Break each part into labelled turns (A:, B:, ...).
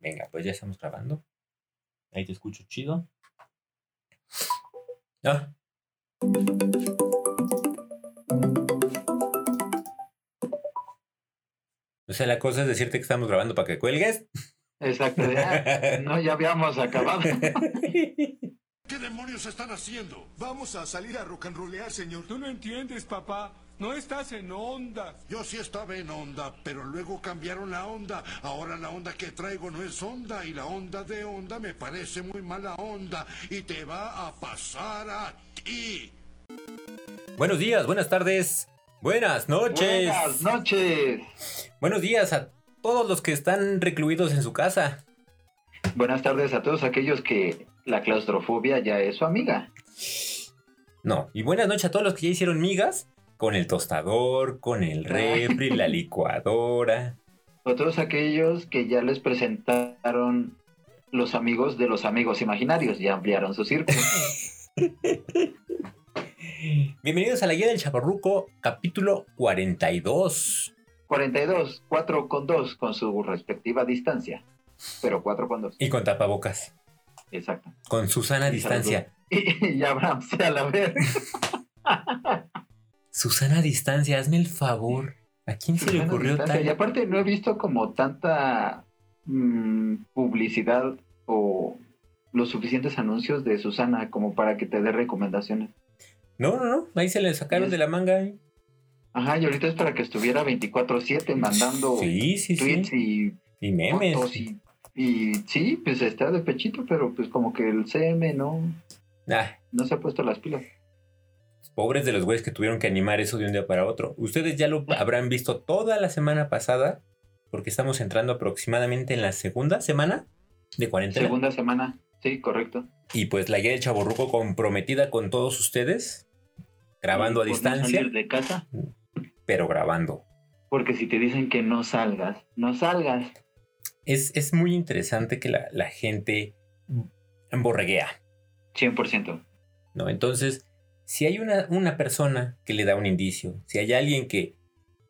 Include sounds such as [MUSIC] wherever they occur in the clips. A: Venga, pues ya estamos grabando. Ahí te escucho chido. Ah. O sea, la cosa es decirte que estamos grabando para que cuelgues.
B: Exacto. ya. no, ya habíamos acabado.
C: ¿Qué demonios están haciendo?
D: Vamos a salir a rock and rollear, señor.
E: Tú no entiendes, papá. No estás en onda.
C: Yo sí estaba en onda, pero luego cambiaron la onda. Ahora la onda que traigo no es onda y la onda de onda me parece muy mala onda y te va a pasar a ti.
A: [LAUGHS] Buenos días, buenas tardes, buenas noches.
B: Buenas noches.
A: Buenos días a todos los que están recluidos en su casa.
B: Buenas tardes a todos aquellos que la claustrofobia ya es su amiga.
A: No, y buenas noches a todos los que ya hicieron migas con el tostador, con el refri, la licuadora.
B: O todos aquellos que ya les presentaron los amigos de los amigos imaginarios, ya ampliaron su círculo.
A: Bienvenidos a la guía del chaparruco, capítulo 42.
B: 42, 4 con 2 con su respectiva distancia. Pero 4 con 2.
A: Y con tapabocas,
B: Exacto. [LAUGHS]
A: con Susana distancia.
B: Y Abraham se [LAUGHS] a la verga.
A: Susana distancia, hazme el favor. ¿A quién se le
B: Susana
A: ocurrió
B: distancia. Y
A: tal?
B: aparte no he visto como tanta mm, publicidad o los suficientes anuncios de Susana como para que te dé recomendaciones.
A: No, no, no, ahí se le sacaron de la manga. ¿eh?
B: Ajá, y ahorita es para que estuviera 24/7 mandando
A: Sí, sí,
B: tweets
A: sí. Y
B: y
A: memes.
B: fotos y, y sí, pues está de pechito, pero pues como que el CM no,
A: Ah,
B: no se ha puesto las pilas.
A: pobres de los güeyes que tuvieron que animar eso de un día para otro. Ustedes ya lo habrán visto toda la semana pasada, porque estamos entrando aproximadamente en la segunda semana de cuarentena.
B: Segunda semana, sí, correcto.
A: Y pues la guía del chaborruco comprometida con todos ustedes, grabando a
B: Por no
A: distancia,
B: salir de casa,
A: pero grabando.
B: porque si te dicen que no salgas, no salgas.
A: Es, es muy interesante que la, la gente borreguea,
B: 100%.
A: ¿no? Entonces, si hay una, una persona que le da un indicio, si hay alguien que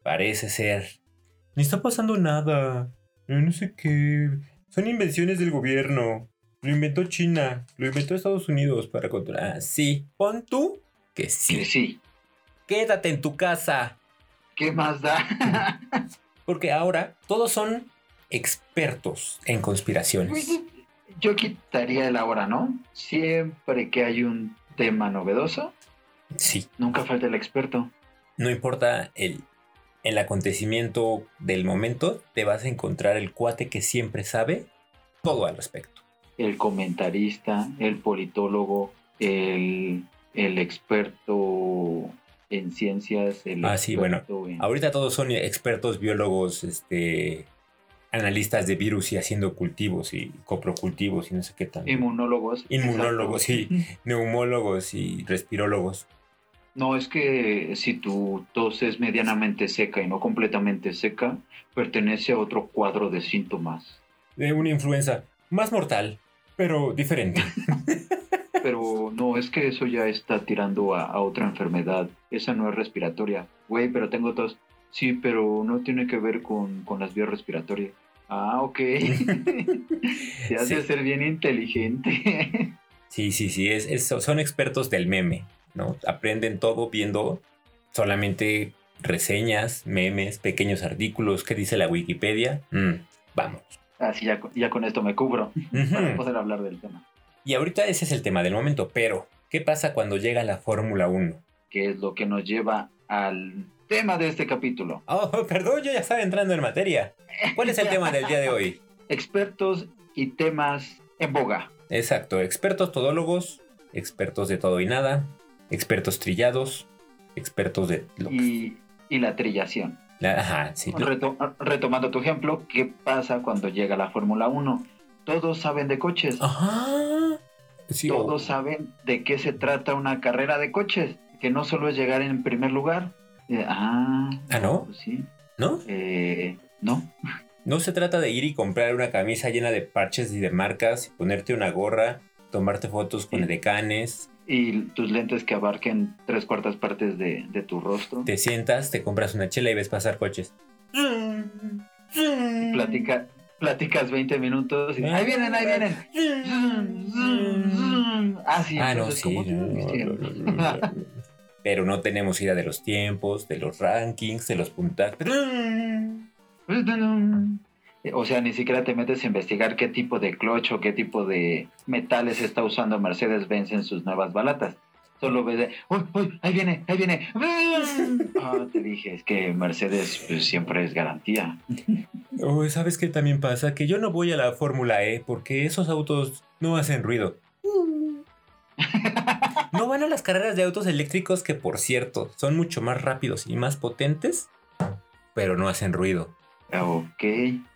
A: parece ser, no está pasando nada, eh, no sé qué, son invenciones del gobierno, lo inventó China, lo inventó Estados Unidos para controlar. Ah, sí, pon tú que
B: Que
A: sí.
B: sí.
A: Quédate en tu casa.
B: ¿Qué más da?
A: Porque ahora todos son expertos en conspiraciones.
B: Pues, Yo quitaría el ahora, ¿no? Siempre que hay un tema novedoso,
A: Sí,
B: nunca falta el experto.
A: no importa el, el acontecimiento del momento, te vas a encontrar el cuate que siempre sabe todo al respecto.
B: El comentarista, el politólogo, el, el experto en ciencias, el
A: Ah, sí, bueno.
B: experto en-
A: Ahorita todos son expertos biólogos, este, analistas de virus y haciendo cultivos y coprocultivos y no sé qué tan.
B: inmunólogos.
A: Inmunólogos, sí, neumólogos y respirólogos.
B: No, es que si tu tos es medianamente seca y no completamente seca, pertenece a otro cuadro de síntomas.
A: De una influenza más mortal, pero diferente.
B: Pero no, es que eso ya está tirando a, a otra enfermedad. Esa no es respiratoria. Güey, pero tengo tos. Sí, pero no tiene que ver con, con las vías respiratorias. Ah, ok. Te hace
A: Sí.
B: ser bien inteligente. [LAUGHS]
A: Sí, sí, sí, es, es- son expertos del meme, ¿no? Aprenden todo viendo solamente reseñas, memes, pequeños artículos, qué dice la Wikipedia. Mm, vamos.
B: Así Ah, ya, con- ya con esto me cubro para
A: Ujú.
B: poder hablar del tema.
A: Y ahorita ese es el tema del momento, pero ¿qué pasa cuando llega la Fórmula 1?
B: Que es lo que nos lleva al tema de este capítulo.
A: Oh, [LAUGHS] perdón, yo ya estaba entrando en materia. ¿Cuál es el tema del día de hoy?
B: Expertos y temas en boga.
A: Exacto, expertos todólogos, expertos de todo y nada, expertos trillados, expertos de... lo-
B: Y, y la trillación.
A: la- ajá, sí. lo-
B: Pues Reto- ah, retomando tu ejemplo, ¿qué pasa cuando llega la Fórmula 1? Todos saben de coches,
A: Ah, Ajá. Sí, o-
B: todos saben de qué se trata una carrera de coches, que no solo es llegar en primer lugar. Eh, ah,
A: Ah, ¿no?
B: pues sí.
A: ¿No?
B: Eh, no,
A: No se trata de ir y comprar una camisa llena de parches y de marcas, ponerte una gorra, tomarte fotos con
B: Sí.
A: decanes,
B: y tus lentes que abarquen tres cuartas partes de, de tu rostro.
A: te sientas, te compras una chela y ves pasar coches.
B: Platica, Platicas 20 minutos y ahí vienen, ahí vienen. Zum, zum, zum. Ah, sí,
A: Ah, no,
B: entonces,
A: sí.
B: ¿cómo te
A: no,
B: viste?
A: no, no, no, no.
B: [LAUGHS]
A: Pero no tenemos idea de los tiempos, de los rankings, de los puntajes.
B: Eh, O sea, ni siquiera te metes a investigar qué tipo de clutch o qué tipo de metales está usando Mercedes-Benz en sus nuevas balatas. Solo ves de, ¡Uy, uy! ahí viene, ahí viene! Ah, te dije, es que Mercedes pues, siempre es garantía.
A: Oh, ¿Sabes qué también pasa? Que yo no voy a la Fórmula E porque esos autos no hacen ruido. [LAUGHS] No van a las carreras de autos eléctricos que, por cierto, son mucho más rápidos y más potentes, pero no hacen ruido
B: Ok.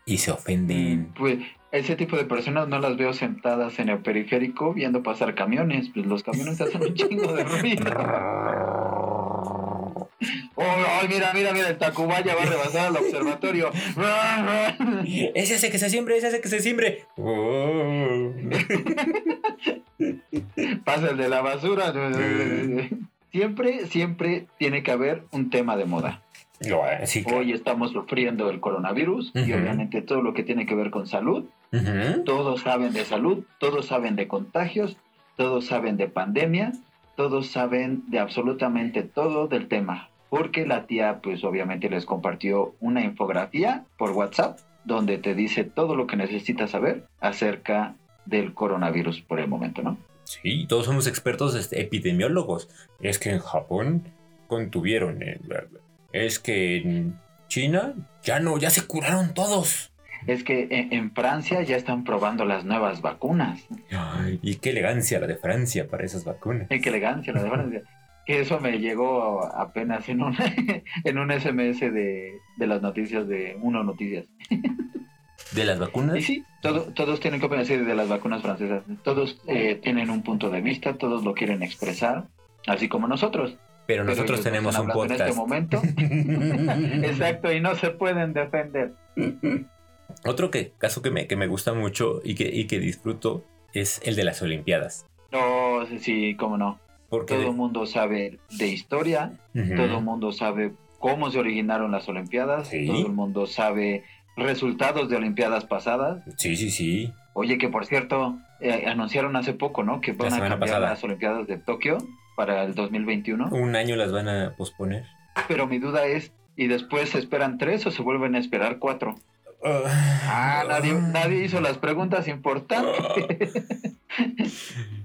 A: y se ofenden.
B: Pues ese tipo de personas no las veo sentadas en el periférico viendo pasar camiones. Pues los camiones hacen un chingo de
A: [LAUGHS]
B: ruido. Oh, ay, mira, mira, mira, el Tacubaya va a rebasar al observatorio. [LAUGHS]
A: Ese hace que se siembre, ese hace que se siembre. Oh.
B: Pasa el de la basura. Siempre, siempre tiene que haber un tema de moda.
A: Lo- sí, claro.
B: Hoy estamos sufriendo el coronavirus y
A: Ujú.
B: obviamente todo lo que tiene que ver con salud.
A: Ujú.
B: Todos saben de salud, todos saben de contagios, todos saben de pandemia, todos saben de absolutamente todo del tema. Porque la tía, pues obviamente les compartió una infografía por WhatsApp donde te dice todo lo que necesitas saber acerca del coronavirus por el momento, ¿no?
A: Sí, todos somos expertos este, epidemiólogos. Es que en Japón contuvieron. eh, bla, bla. Es que en China ya no, ya se curaron todos.
B: Es que en, en Francia ya están probando las nuevas vacunas.
A: Ay, y qué elegancia la de Francia para esas vacunas.
B: Ay, qué elegancia la de Francia. Que eso me llegó apenas en un, [LAUGHS] en un SMS de, de las noticias de Uno Noticias.
A: ¿De las vacunas?
B: Y sí, todo- todos tienen que opinar de las vacunas francesas. Todos eh, tienen un punto de vista, todos lo quieren expresar, así como nosotros.
A: Pero
B: Pero
A: nosotros
B: ellos no
A: tenemos
B: están
A: un
B: hablando
A: podcast. [LAUGHS]
B: En este momento. Exacto, y no se pueden defender.
A: Otro que, caso que me, que me gusta mucho y que, y que disfruto es el de las Olimpiadas.
B: No, sí, sí, cómo no.
A: Porque
B: Todo el mundo sabe de historia,
A: Ujú.
B: todo el mundo sabe cómo se originaron las Olimpiadas,
A: Sí.
B: todo el mundo sabe resultados de Olimpiadas pasadas.
A: Sí, sí, sí.
B: Oye, que por cierto, eh, anunciaron hace poco, ¿no? Que van a
A: semana
B: cambiar
A: pasada.
B: las Olimpiadas de Tokio para el 2021.
A: Un año las van a posponer.
B: Pero mi duda es, ¿y después se esperan tres o se vuelven a esperar cuatro? Ah, nadie, nadie hizo las preguntas importantes.
A: [LAUGHS]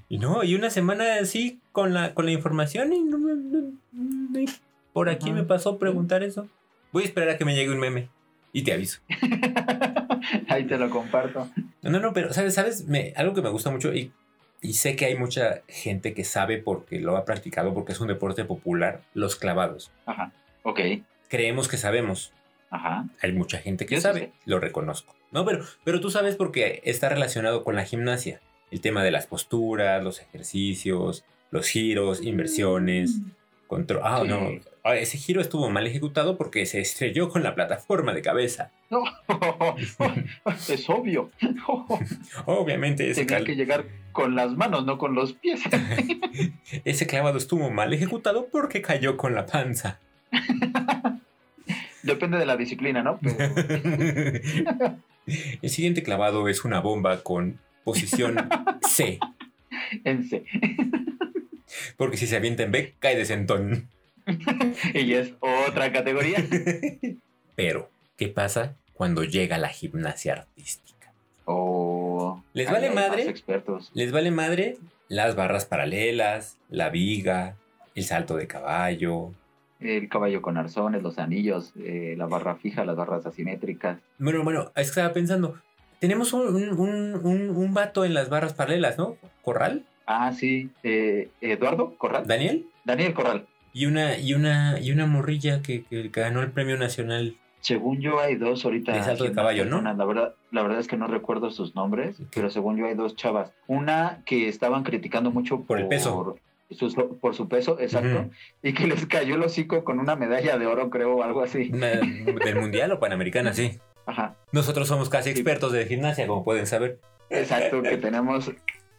A: Y no, y una semana así con la, con la información y no me- no- no- y por aquí
B: Ajá.
A: me pasó preguntar eso. Voy a esperar a que me llegue un meme y te aviso.
B: Ahí te lo comparto.
A: No, no, pero sabes, sabes, me, algo que me gusta mucho y, y sé que hay mucha gente que sabe porque lo ha practicado, porque es un deporte popular, los clavados.
B: Ajá. Ok,
A: Creemos que sabemos.
B: ajá.
A: Hay mucha gente que
B: Yo sí
A: sabe,
B: sé.
A: lo reconozco. No, pero, pero tú sabes porque está relacionado con la gimnasia. El tema de las posturas, los ejercicios, los giros, inversiones, control. Ah,
B: Sí.
A: no. Ah, Ese giro estuvo mal ejecutado porque se estrelló con la plataforma de cabeza.
B: No, [LAUGHS] es
A: [LAUGHS]
B: obvio.
A: Obviamente ese,
B: Tenía
A: cal-
B: que llegar con las manos, no con
A: [LAUGHS]
B: los pies.
A: ese clavado estuvo mal ejecutado porque cayó con la
B: [LAUGHS]
A: panza.
B: Depende de la disciplina, ¿no?
A: [LAUGHS]
B: Pero-
A: El siguiente clavado es una bomba con posición C,
B: en sí.
A: porque si se avienta en B, cae de sentón.
B: Y es
A: [LAUGHS]
B: otra categoría.
A: Pero, ¿qué pasa cuando llega la gimnasia artística?
B: O...
A: ¿Les vale
B: Ahí Oh, hay
A: madre?
B: más expertos.
A: Les vale madre las barras paralelas, la viga, el salto de caballo.
B: El caballo con arzones, los anillos, eh, la barra fija, las barras asimétricas.
A: Bueno, bueno, es que estaba pensando, tenemos un, un, un- un- un vato en las barras paralelas, ¿no? Corral,
B: Ah, sí. eh, Eduardo Corral.
A: Daniel.
B: Daniel Corral.
A: Y una, y una, y una morrilla que, que ganó el premio nacional.
B: Según yo hay dos ahorita.
A: De salto de
B: haciendo
A: caballo,
B: personas.
A: ¿no?
B: La verdad, la verdad es que no recuerdo sus nombres,
A: Ok.
B: pero según yo hay dos chavas. Una que estaban criticando mucho
A: Por el peso.
B: Su, por su peso, exacto.
A: Ujú.
B: Y que les cayó el hocico con una medalla de oro, creo, o algo así.
A: Una- del mundial o panamericana, sí.
B: Ajá.
A: Nosotros somos casi
B: Sí.
A: expertos de gimnasia, como pueden saber.
B: Exacto, que tenemos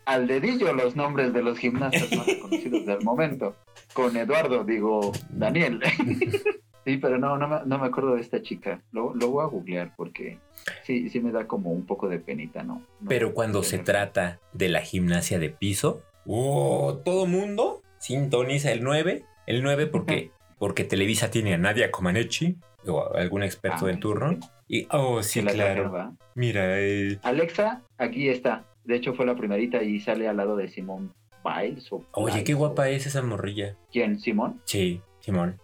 B: al dedillo los nombres de
A: [LAUGHS] [LAUGHS]
B: los gimnastas más reconocidos del momento. Con Eduardo, digo, Daniel. Sí, pero no, no me, no me acuerdo de esta chica. Lo, lo voy a googlear porque sí, sí me da como un poco de penita, ¿no? No.
A: Pero cuando se trata de la gimnasia de piso, ¡oh! todo mundo sintoniza el 9. El 9 porque, porque Televisa tiene a Nadia Comaneci o a algún experto
B: Ah,
A: en turno. Y, oh, sí,
B: Que la
A: claro.
B: reserva.
A: Mira, eh,
B: Alexa, aquí está. De hecho, fue la primerita y sale al lado de Simón Biles. o
A: oye,
B: Biles,
A: qué
B: o-
A: guapa es esa morrilla.
B: ¿Quién? ¿Simón?
A: Sí, Simón.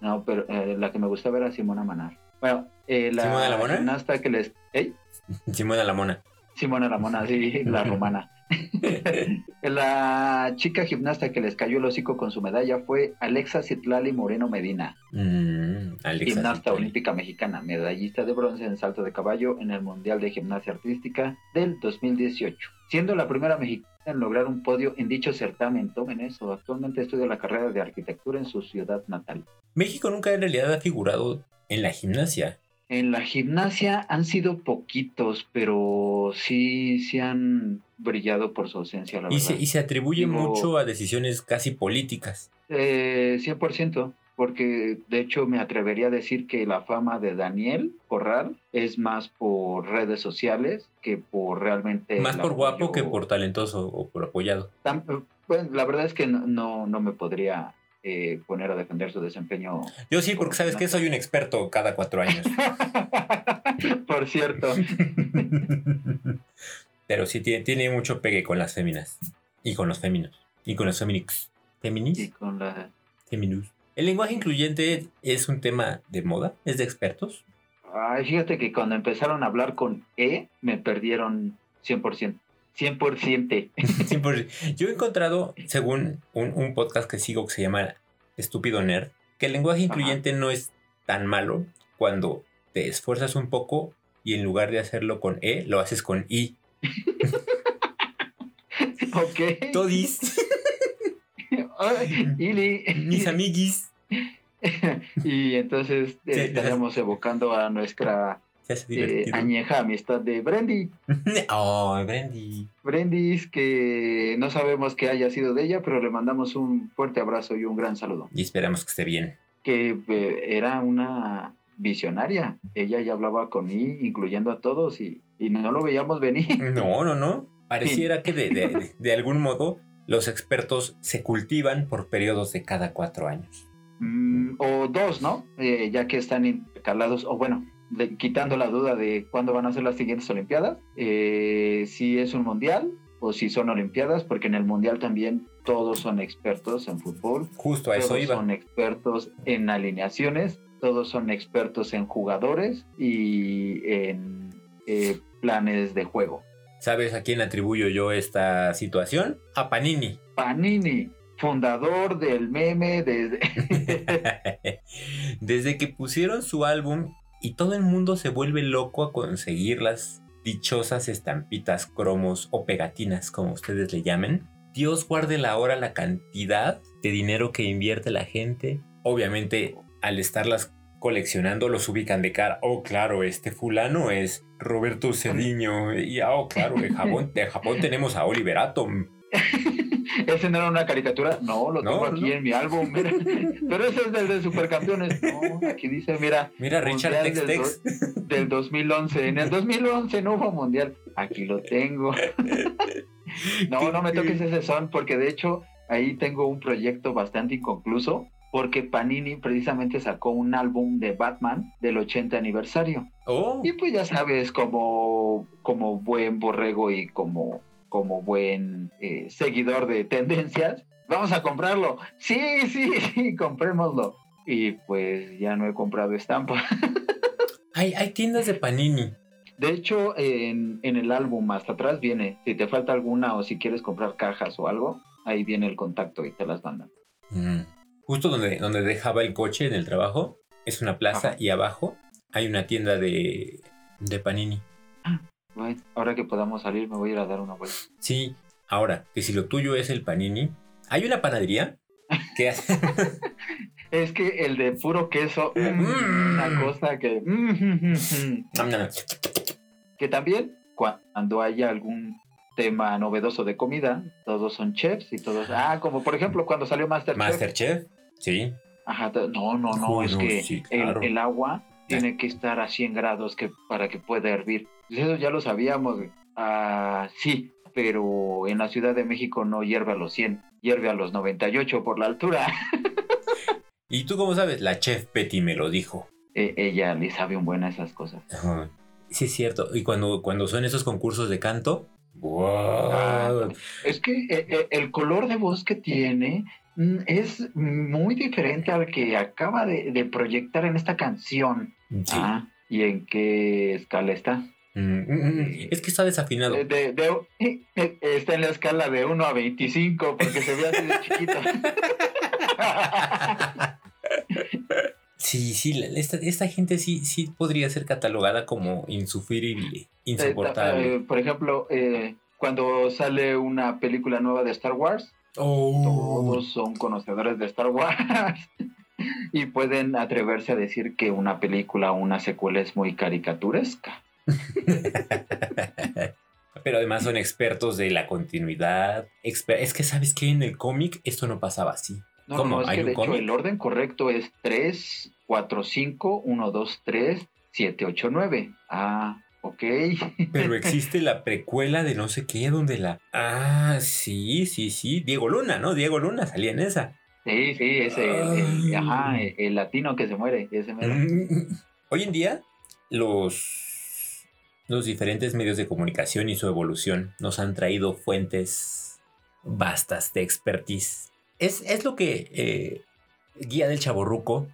B: No, pero eh, la que me gustaba era Simona Manar. Bueno, eh, la
A: ¿Simona la Mona?
B: gimnasta que les... ¿Eh?
A: Simona la mona.
B: Simona la Mona,
A: [LAUGHS]
B: sí, la romana. la chica gimnasta que les cayó el hocico con su medalla fue Alexa Citlali Moreno Medina,
A: Mm, Alexa
B: gimnasta
A: Citlali.
B: olímpica mexicana, medallista de bronce en salto de caballo en el Mundial de Gimnasia Artística del 2018, siendo la primera mexicana en lograr un podio en dicho certamen. Tomen eso, actualmente estudia la carrera de arquitectura en su ciudad natal.
A: México nunca en realidad ha figurado en la gimnasia.
B: En la gimnasia han sido poquitos, pero sí, sí han brillado por su ausencia, la
A: Y
B: verdad.
A: se, y se atribuye
B: Digo-
A: mucho a decisiones casi políticas.
B: Eh, 100%, porque de hecho me atrevería a decir que la fama de Daniel Corral es más por redes sociales que por realmente...
A: Más
B: el
A: por guapo
B: apoyo.
A: que por talentoso o por apoyado.
B: Tam- eh, bueno, la verdad es que no, no, no me podría eh, poner a defender su desempeño [LAUGHS]
A: Yo sí, porque sabes que soy un experto cada cuatro años.
B: Por cierto,
A: Pero sí tiene, tiene mucho pegue con las féminas. Y con los féminos. Y con los féminix.
B: y
A: ¿Féminis?
B: con la...
A: Féminus. ¿El lenguaje incluyente es un tema de moda? ¿Es de expertos?
B: Ay, fíjate que cuando empezaron a hablar con E, me perdieron 100%. 100%.
A: Sí, por- Yo he encontrado, según un, un podcast que sigo que se llama Estúpido Nerd, que el lenguaje
B: Ajá.
A: incluyente no es tan malo cuando te esfuerzas un poco y en lugar de hacerlo con E, lo haces con I.
B: [LAUGHS] ok.
A: Todis,
B: [LAUGHS]
A: [LAUGHS]
B: Ay,
A: mis
B: [LAUGHS] Ili.
A: amiguis.
B: [LAUGHS] y entonces
A: Sí,
B: eh, estaríamos evocando a nuestra
A: Se hace
B: eh,
A: divertido.
B: añeja amistad de Brandy.
A: [LAUGHS] oh, Brandy.
B: Brandy, que no sabemos qué haya sido de ella, pero le mandamos un fuerte abrazo y un gran saludo.
A: Y esperamos que esté bien.
B: que eh, era una visionaria. Ella ya hablaba con I, incluyendo a todos, y, y no lo veíamos venir.
A: No, no, no. Pareciera que de, de- de- de algún modo los expertos se cultivan por periodos de cada cuatro años.
B: Mm, o dos, ¿no? Eh, ya que están intercalados, o bueno, de- quitando la duda de cuándo van a ser las siguientes Olimpiadas, eh, si es un mundial o si son Olimpiadas, porque en el mundial también todos son expertos en fútbol,
A: Justo a eso
B: todos
A: iba.
B: son expertos en alineaciones, todos son expertos en jugadores y en eh, planes de juego.
A: ¿Sabes a quién atribuyo yo esta situación? A Panini. [LAUGHS]
B: Panini, fundador del meme desde...
A: Desde que pusieron su álbum y todo el mundo se vuelve loco a conseguir las dichosas estampitas, cromos o pegatinas, como ustedes le llamen, Dios guarde la hora, la cantidad de dinero que invierte la gente. Obviamente, al estarlas coleccionando, los ubican de cara. Oh, claro, este fulano es Roberto Cediño. Y ah, oh, claro, de Japón, de Japón tenemos a Oliver Atom.
B: ¿Ese no era una caricatura? No, lo
A: No,
B: tengo
A: no.
B: aquí en mi álbum,
A: [LAUGHS]
B: mira. Pero ese es del de Supercampeones. No, aquí dice, mira,
A: Mira, Richard
B: Mundial del
A: Textex.
B: del 2011. En el 2011 no hubo mundial. Aquí lo tengo.
A: [LAUGHS]
B: No, no me toques ese son porque de hecho ahí tengo un proyecto bastante inconcluso porque Panini precisamente sacó un álbum de Batman del 80 aniversario.
A: Oh,
B: Y pues ya sabes, como, como buen borrego y como, como buen eh, seguidor de tendencias, vamos a comprarlo. Sí, sí, sí, comprémoslo. Y pues ya no he comprado estampa.
A: hay, hay tiendas de Panini.
B: De hecho, en, en el álbum hasta atrás viene, si te falta alguna o si quieres comprar cajas o algo, ahí viene el contacto y te las mandan.
A: Mm. Justo donde, donde dejaba el coche en el trabajo, es una plaza
B: Ajá.
A: y abajo hay una tienda de, de Panini.
B: Bueno, ahora que podamos salir me voy a ir a dar una vuelta.
A: Sí, ahora, que si lo tuyo es el Panini, hay una panadería que
B: [LAUGHS]
A: hace... [LAUGHS]
B: Es que el de puro queso, mm, una cosa que... [LAUGHS] mm,
A: Nom, nom, nom.
B: que también cuando haya algún tema novedoso de comida, todos son chefs y todos... Ah, como por ejemplo cuando salió Masterchef.
A: Masterchef, sí.
B: Ajá, t- no, no, no,
A: Joder,
B: es que
A: sí,
B: el-
A: claro.
B: el, agua tiene que estar a 100 grados que, para que pueda hervir. Pues Eso ya lo sabíamos, güey. Ah, sí, pero en la Ciudad de México no hierve a los 100, hierve a los 98 por la altura. [LAUGHS]
A: ¿Y tú cómo sabes? La chef Betty me lo dijo.
B: Eh, ella le sabe un buen a esas cosas.
A: Ajá. Sí, es cierto. Y cuando, cuando son esos concursos de canto. ¡Wow!
B: Ah, Es que eh, eh, el color de voz que tiene mm, es muy diferente al que acaba de, de proyectar en esta canción.
A: Sí.
B: Ah, ¿y en qué escala está?
A: Mm, mm, mm. Es que está desafinado.
B: Eh, de- de- eh, eh, está en la escala de 1 a 25 porque se ve así
A: [LAUGHS]
B: de chiquito.
A: Sí, sí, la- esta, esta gente sí, sí podría ser catalogada como insufrible,
B: Eh,
A: insoportable.
B: eh, por ejemplo, eh, cuando sale una película nueva de Star Wars,
A: Oh,
B: todos son conocedores de Star Wars [LAUGHS] y pueden atreverse a decir que una película o una secuela es muy caricaturesca.
A: [LAUGHS] pero además son expertos de la continuidad. exper- es que sabes que en el cómic esto no pasaba así.
B: No,
A: ¿Cómo?
B: no, es
A: ¿Hay
B: que
A: un
B: de hecho
A: cómic?
B: el orden correcto es 3, 4, 5, 1, 2, 3, 7, 8, 9. Ah, ok. [LAUGHS]
A: Pero existe la precuela de no sé qué, donde la. Ah, sí, sí, sí. Diego Luna, ¿no? Diego Luna salía en esa.
B: Sí, sí, es el, el-
A: Ay.
B: ajá, el, el latino que se muere. Ese mero.
A: Mm. [LAUGHS] Hoy en día, los, los diferentes medios de comunicación y su evolución nos han traído fuentes vastas de expertise. Es, es lo que eh, Guía del Chaborruco,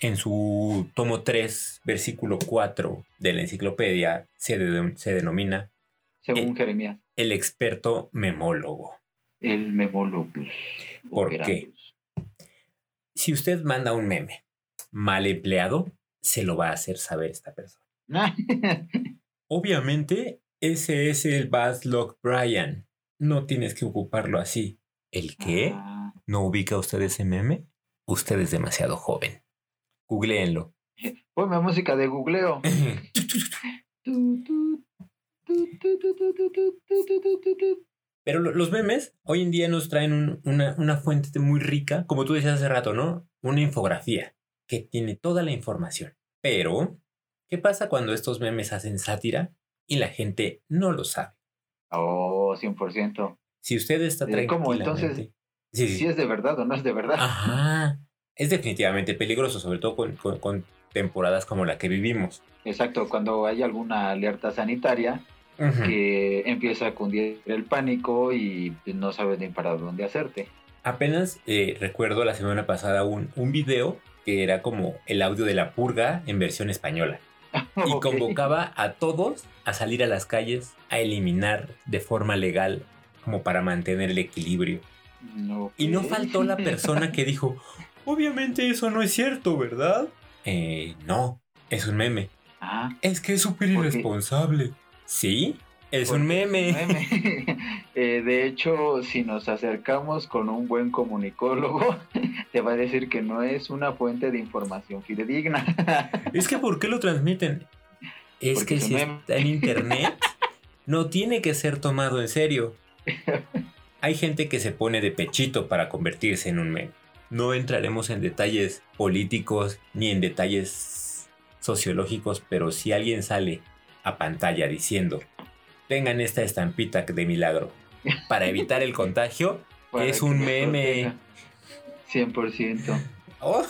A: en su tomo 3, versículo 4 de la enciclopedia, se, de- se denomina
B: Según Jeremías,
A: el experto memólogo.
B: el memolopus.
A: ¿Por qué?
B: operandus.
A: Si usted manda un meme mal empleado, se lo va a hacer saber esta persona.
B: [LAUGHS]
A: Obviamente, ese es el Baslock Brian. No tienes que ocuparlo así. ¿El qué?
B: Ah,
A: ¿No ubica usted ese meme? Usted es demasiado joven. Googleenlo. [CLEARS THROAT]
B: Ponme música de googleo. Tu, tu, tu, tu, tu, tu, tu, tu, tu, tu, tu, tu.
A: Pero lo- los memes hoy en día nos traen un- una, una fuente muy rica, como tú decías hace rato, ¿no? Una infografía que tiene toda la información. Pero, ¿qué pasa cuando estos memes hacen sátira y la gente no lo sabe?
B: Oh, 100%.
A: Si usted está
B: Eh,
A: tranquilamente...
B: ¿cómo? Entonces,
A: Sí, Ah. sí.
B: Si es de verdad o no es de verdad.
A: Ajá. Es definitivamente peligroso, sobre todo con, con- con temporadas como la que vivimos.
B: Exacto, cuando hay alguna alerta sanitaria
A: Eh,
B: que empieza a cundir el pánico y no sabes ni para dónde hacerte.
A: Apenas eh, recuerdo la semana pasada un, un video que era como el audio de la purga en versión española [LAUGHS] y
B: Ok.
A: convocaba a todos a salir a las calles a eliminar de forma legal como para mantener el equilibrio.
B: No,
A: Y no
B: ok.
A: faltó la persona que dijo, obviamente eso no es cierto, ¿verdad? Eh, no, es un meme.
B: [LAUGHS] Ah,
A: Es que es súper
B: ¿Por qué?
A: irresponsable. ¿Sí? Es un meme.
B: meme. [LAUGHS] Eh, de hecho, si nos acercamos con un buen comunicólogo, [LAUGHS] te va a decir que no es una fuente de información fidedigna. [LAUGHS]
A: Es que ¿por qué lo transmiten? Es que
B: Porque es un
A: si
B: meme.
A: está en internet, no tiene que ser tomado en serio. Hay gente que se pone de pechito para convertirse en un meme. No entraremos en detalles políticos ni en detalles sociológicos, pero si alguien sale a pantalla diciendo, tengan esta estampita de milagro para evitar el contagio,
B: Para
A: Es
B: que
A: un
B: nos
A: meme.
B: proteja. 100%.
A: oh,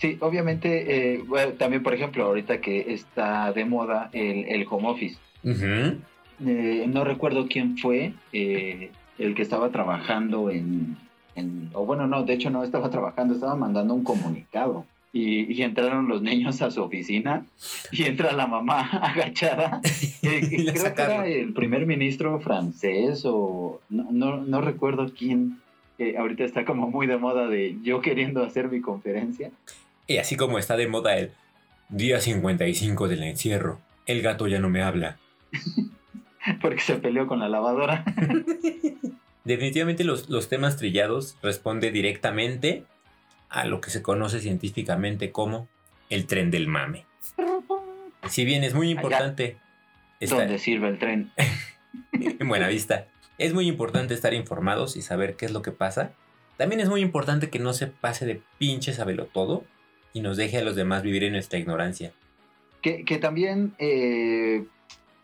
B: Sí, obviamente, eh, bueno, también, por ejemplo, ahorita que está de moda el, el home office.
A: ujú.
B: Eh, no recuerdo quién fue eh, el que estaba trabajando en, en- O bueno, no, de hecho no estaba [LAUGHS] trabajando, estaba mandando un comunicado. Y, y entraron los niños a su oficina y entra la mamá [LAUGHS] agachada. Eh,
A: [LAUGHS] Y la
B: creo que
A: sacaron.
B: era el primer ministro francés o... No, no, no recuerdo quién. que ahorita está como muy de moda de yo queriendo hacer mi conferencia. [LAUGHS]
A: Y así como está de moda el día 55 del encierro, el gato ya no me habla.
B: porque se peleó con la lavadora.
A: Definitivamente los, los temas trillados responde directamente a lo que se conoce científicamente como el tren del mame. Si bien es muy importante estar
B: Donde sirve el tren.
A: [LAUGHS] en buena vista, es muy importante estar informados y saber qué es lo que pasa, También es muy importante que no se pase de pinche sabelo todo y nos deje a los demás vivir en nuestra ignorancia.
B: Que, que también eh,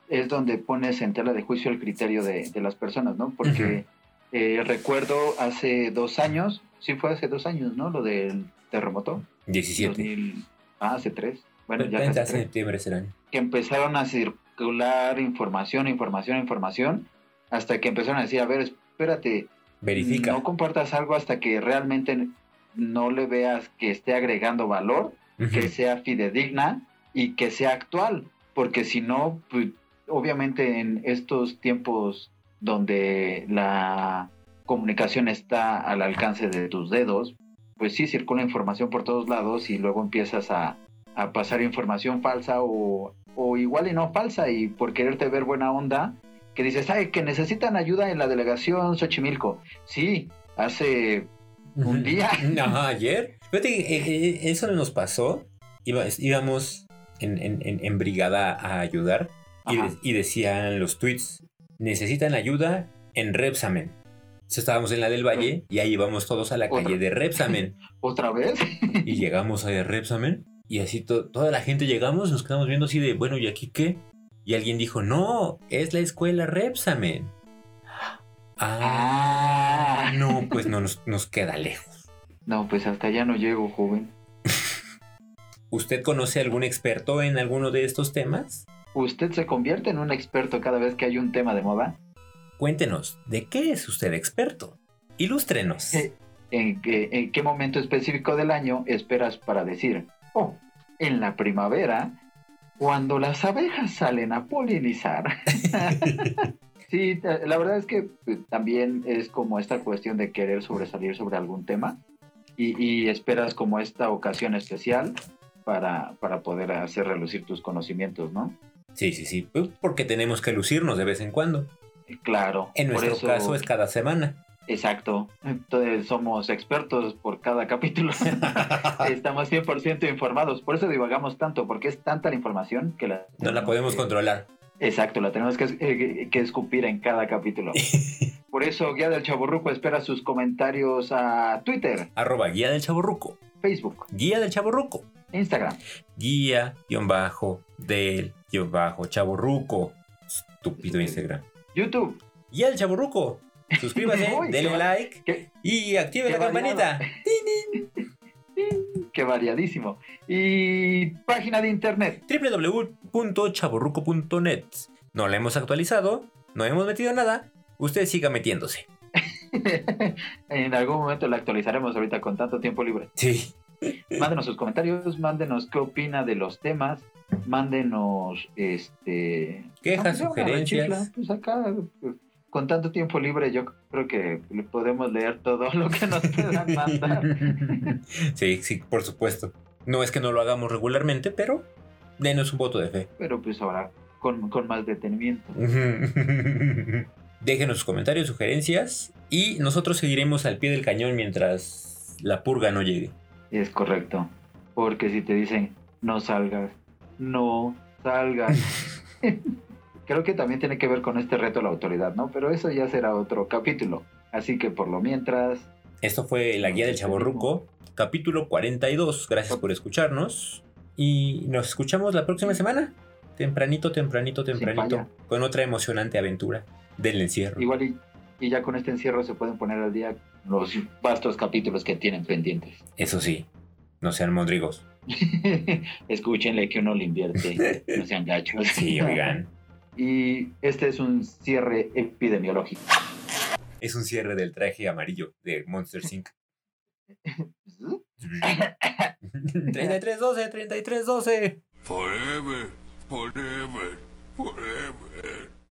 B: es donde pones en tela de juicio el criterio de, de las personas, ¿no? Porque eh, recuerdo hace dos años, sí fue hace dos años, ¿no? Lo del terremoto.
A: 17.
B: 2000, ah, hace tres. Bueno, ya
A: 30
B: casi
A: de
B: tres.
A: septiembre serán.
B: que empezaron a circular información, información, información, hasta que empezaron a decir, a ver, espérate,
A: Verifica.
B: no compartas algo hasta que realmente no le veas que esté agregando valor,
A: Ujú.
B: que sea fidedigna y que sea actual, porque si no, pues, obviamente en estos tiempos donde la comunicación está al alcance de tus dedos, pues sí circula información por todos lados y luego empiezas a, a pasar información falsa o, o igual y no falsa y por quererte ver buena onda, que dices, ay, que necesitan ayuda en la delegación Xochimilco. Sí, hace un día.
A: [LAUGHS] No, ayer. Fíjate que eh, eh, eso nos pasó. Iba- íbamos en, en- en- en brigada a ayudar y,
B: Ajá.
A: de- y decían los tweets: necesitan ayuda en Repsamen. Entonces estábamos en la del Valle y ahí íbamos todos a la
B: Otra.
A: calle de
B: [LAUGHS]
A: Repsamen.
B: otra vez.
A: y llegamos a Repsamen y así to- toda la gente llegamos, nos quedamos viendo así de, bueno, ¿y aquí qué? Y alguien dijo, no, es la escuela Repsamen. Ah,
B: Ah,
A: no, pues no nos, nos queda lejos.
B: no, pues hasta allá no llego, joven.
A: ¿Usted conoce algún experto en alguno de estos temas?
B: ¿Usted se convierte en un experto cada vez que hay un tema de moda?
A: Cuéntenos, ¿de qué es usted experto? Ilústrenos.
B: Eh. ¿En qué, en qué momento específico del año esperas para decir, oh, en la primavera, cuando las abejas salen
A: [LAUGHS]
B: a polinizar? sí, ta- la verdad es que eh, también es como esta cuestión de querer sobresalir sobre algún tema y, y esperas como esta ocasión especial para, para poder hacer relucir tus conocimientos, ¿no?
A: Sí, sí, sí, pues, porque tenemos que lucirnos de vez en cuando.
B: Claro.
A: En
B: por
A: nuestro
B: eso-
A: caso es cada semana.
B: Exacto. Entonces somos expertos por
A: [LAUGHS]
B: cada capítulo. Estamos 100% informados. Por eso divagamos tanto, porque es tanta la información que la...
A: No la podemos
B: que-
A: controlar.
B: Exacto, la tenemos que, es- eh, que escupir en cada
A: [LAUGHS]
B: capítulo. Por eso Guía del Chaburruco espera sus comentarios a Twitter,
A: Arroba guía del chaborruco.
B: Facebook,
A: Guía del chaborruco.
B: Instagram.
A: guía guión bajo del guión bajo chaborruco. Estúpido Instagram.
B: YouTube,
A: Guía del
B: [LAUGHS]
A: chaborruco. Suscríbase,
B: Uy,
A: denle
B: qué-
A: like
B: qué-
A: y active
B: qué
A: la campanita.
B: que variadísimo. Y página de internet. [LAUGHS]
A: www.chaborruco.net. No la hemos actualizado, no hemos metido nada. Usted siga metiéndose.
B: en algún momento la actualizaremos ahorita con tanto tiempo libre.
A: Sí.
B: mándenos sus comentarios, mándenos qué opina de los temas, mándenos este
A: Quejas,
B: aunque sea una
A: sugerencias.
B: rechifla, pues acá pues, con tanto tiempo libre yo creo que le podemos leer todo lo que nos
A: [LAUGHS]
B: puedan mandar.
A: sí, sí, por supuesto. No es que no lo hagamos regularmente, pero denos un voto de fe. [LAUGHS]
B: Pero pues ahora con, con más detenimiento.
A: Déjenos sus comentarios, sugerencias y nosotros seguiremos al pie del cañón mientras la purga no llegue.
B: Es correcto. Porque si te dicen no salgas, no salgas.
A: [LAUGHS]
B: creo que también tiene que ver con este reto a la autoridad, ¿no? Pero eso ya será otro capítulo. Así que por lo mientras,
A: Esto fue La Guía del Chaborruco, capítulo 42. Gracias por escucharnos y nos escuchamos la próxima semana. Tempranito, tempranito, tempranito.
B: falla.
A: Con otra emocionante aventura del encierro.
B: Igual y, y ya con este encierro se pueden poner al día los vastos capítulos que tienen pendientes. [LAUGHS]
A: Eso sí, no sean mondrigos.
B: Escúchenle que uno le invierte, [LAUGHS] no sean gachos.
A: Sí, oigan.
B: Y este es un cierre epidemiológico.
A: Es un cierre del traje amarillo de Monster
B: [LAUGHS]
A: Inc. 3312, 3312.
E: Forever, forever, forever.